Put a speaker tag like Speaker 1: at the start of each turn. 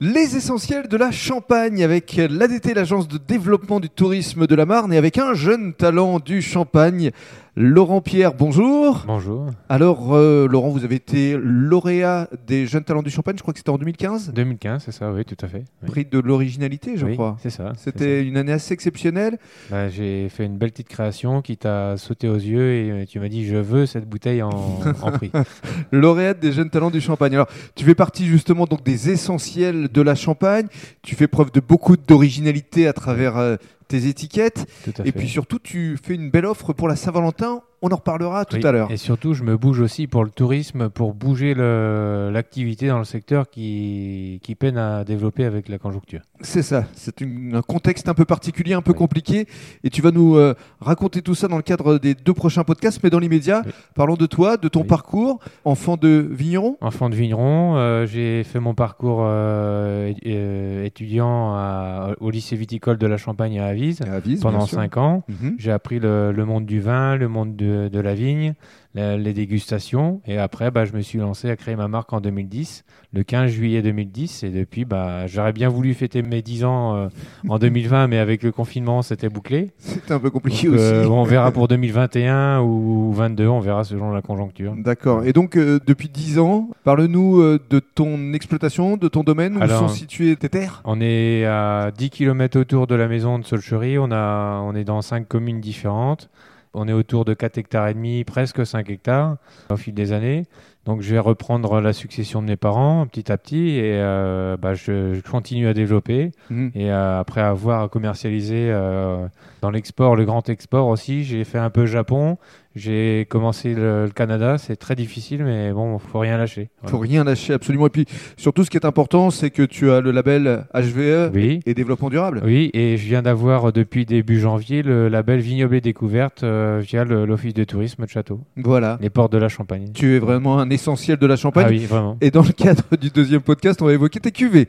Speaker 1: Les essentiels de la Champagne avec l'ADT, l'agence de développement du tourisme de la Marne, et avec un jeune talent du Champagne, Laurent Pierre. Bonjour.
Speaker 2: Bonjour.
Speaker 1: Alors, euh, Laurent, vous avez été lauréat des jeunes talents du Champagne, je crois que c'était en 2015
Speaker 2: 2015, c'est ça, oui, tout à fait. oui.
Speaker 1: Prix de l'originalité, je
Speaker 2: Oui,
Speaker 1: crois.
Speaker 2: C'est ça. c'est
Speaker 1: C'était une année assez exceptionnelle.
Speaker 2: ça. Bah, j'ai fait une belle petite création qui t'a sauté aux yeux et euh, tu m'as dit je veux cette bouteille en, en prix.
Speaker 1: lauréate des jeunes talents du Champagne. Alors, tu fais partie justement donc des essentiels de la Champagne. Tu fais preuve de beaucoup d'originalité à travers euh, tes étiquettes.
Speaker 2: Tout à
Speaker 1: Et
Speaker 2: fait.
Speaker 1: puis surtout, tu fais une belle offre pour la Saint-Valentin. On en reparlera tout
Speaker 2: Oui,
Speaker 1: à l'heure.
Speaker 2: Et surtout, je me bouge aussi pour le tourisme, pour bouger le- l'activité dans le secteur qui, qui peine à développer avec la conjoncture.
Speaker 1: C'est ça. C'est une- un contexte un peu particulier, un peu
Speaker 2: Oui.
Speaker 1: compliqué. Et tu vas nous euh, raconter tout ça dans le cadre des deux prochains podcasts. Mais dans l'immédiat,
Speaker 2: Oui.
Speaker 1: parlons de toi, de ton
Speaker 2: Oui.
Speaker 1: parcours. Enfant de vigneron,
Speaker 2: Enfant de vigneron, euh, j'ai fait mon parcours euh, é- euh, étudiant à- au lycée viticole de la Champagne à Avise
Speaker 1: à Ah, Avise,
Speaker 2: Euh, pendant 5 ans.
Speaker 1: Mhm.
Speaker 2: J'ai appris le, le monde du vin, le monde de, de la vigne, la- les dégustations. Et après, bah, je me suis lancé à créer ma marque en 2010, le 15 juillet 2010. Et depuis, bah, j'aurais bien voulu fêter mes 10 ans euh, en 2020, mais avec le confinement, c'était bouclé.
Speaker 1: C'était un peu compliqué
Speaker 2: Donc,
Speaker 1: aussi.
Speaker 2: euh, on verra pour 2021 ou 22, on verra selon la conjoncture.
Speaker 1: D'accord. Et donc, euh, depuis 10 ans, parle-nous euh, de ton exploitation, de ton domaine, où
Speaker 2: Alors-
Speaker 1: sont situées tes terres
Speaker 2: On est à 10 km autour de la maison de Solcherie. On, a, on est dans 5 communes différentes. On est autour de 4 hectares et demi, presque 5 hectares au fil des années. Donc je vais reprendre la succession de mes parents petit à petit et euh, bah, je, je continue à développer.
Speaker 1: Mhm.
Speaker 2: Et euh, après avoir commercialisé euh, dans l'export, le grand export aussi, j'ai fait un peu Japon. J'ai commencé le, le Canada. C'est très difficile, mais bon, faut rien lâcher. Voilà.
Speaker 1: Faut rien lâcher, absolument. Et puis, surtout, ce qui est important, c'est que tu as le label E. HVE
Speaker 2: Oui.
Speaker 1: et Développement Durable.
Speaker 2: Oui, et je viens d'avoir euh, depuis début janvier le label Vignoble et Découverte euh, via le- l'Office de tourisme de Château,
Speaker 1: Voilà.
Speaker 2: les portes de la Champagne.
Speaker 1: Tu es vraiment un essentiel de la Champagne.
Speaker 2: Ah oui, vraiment.
Speaker 1: Et dans le cadre du deuxième podcast, on va évoquer tes cuvées.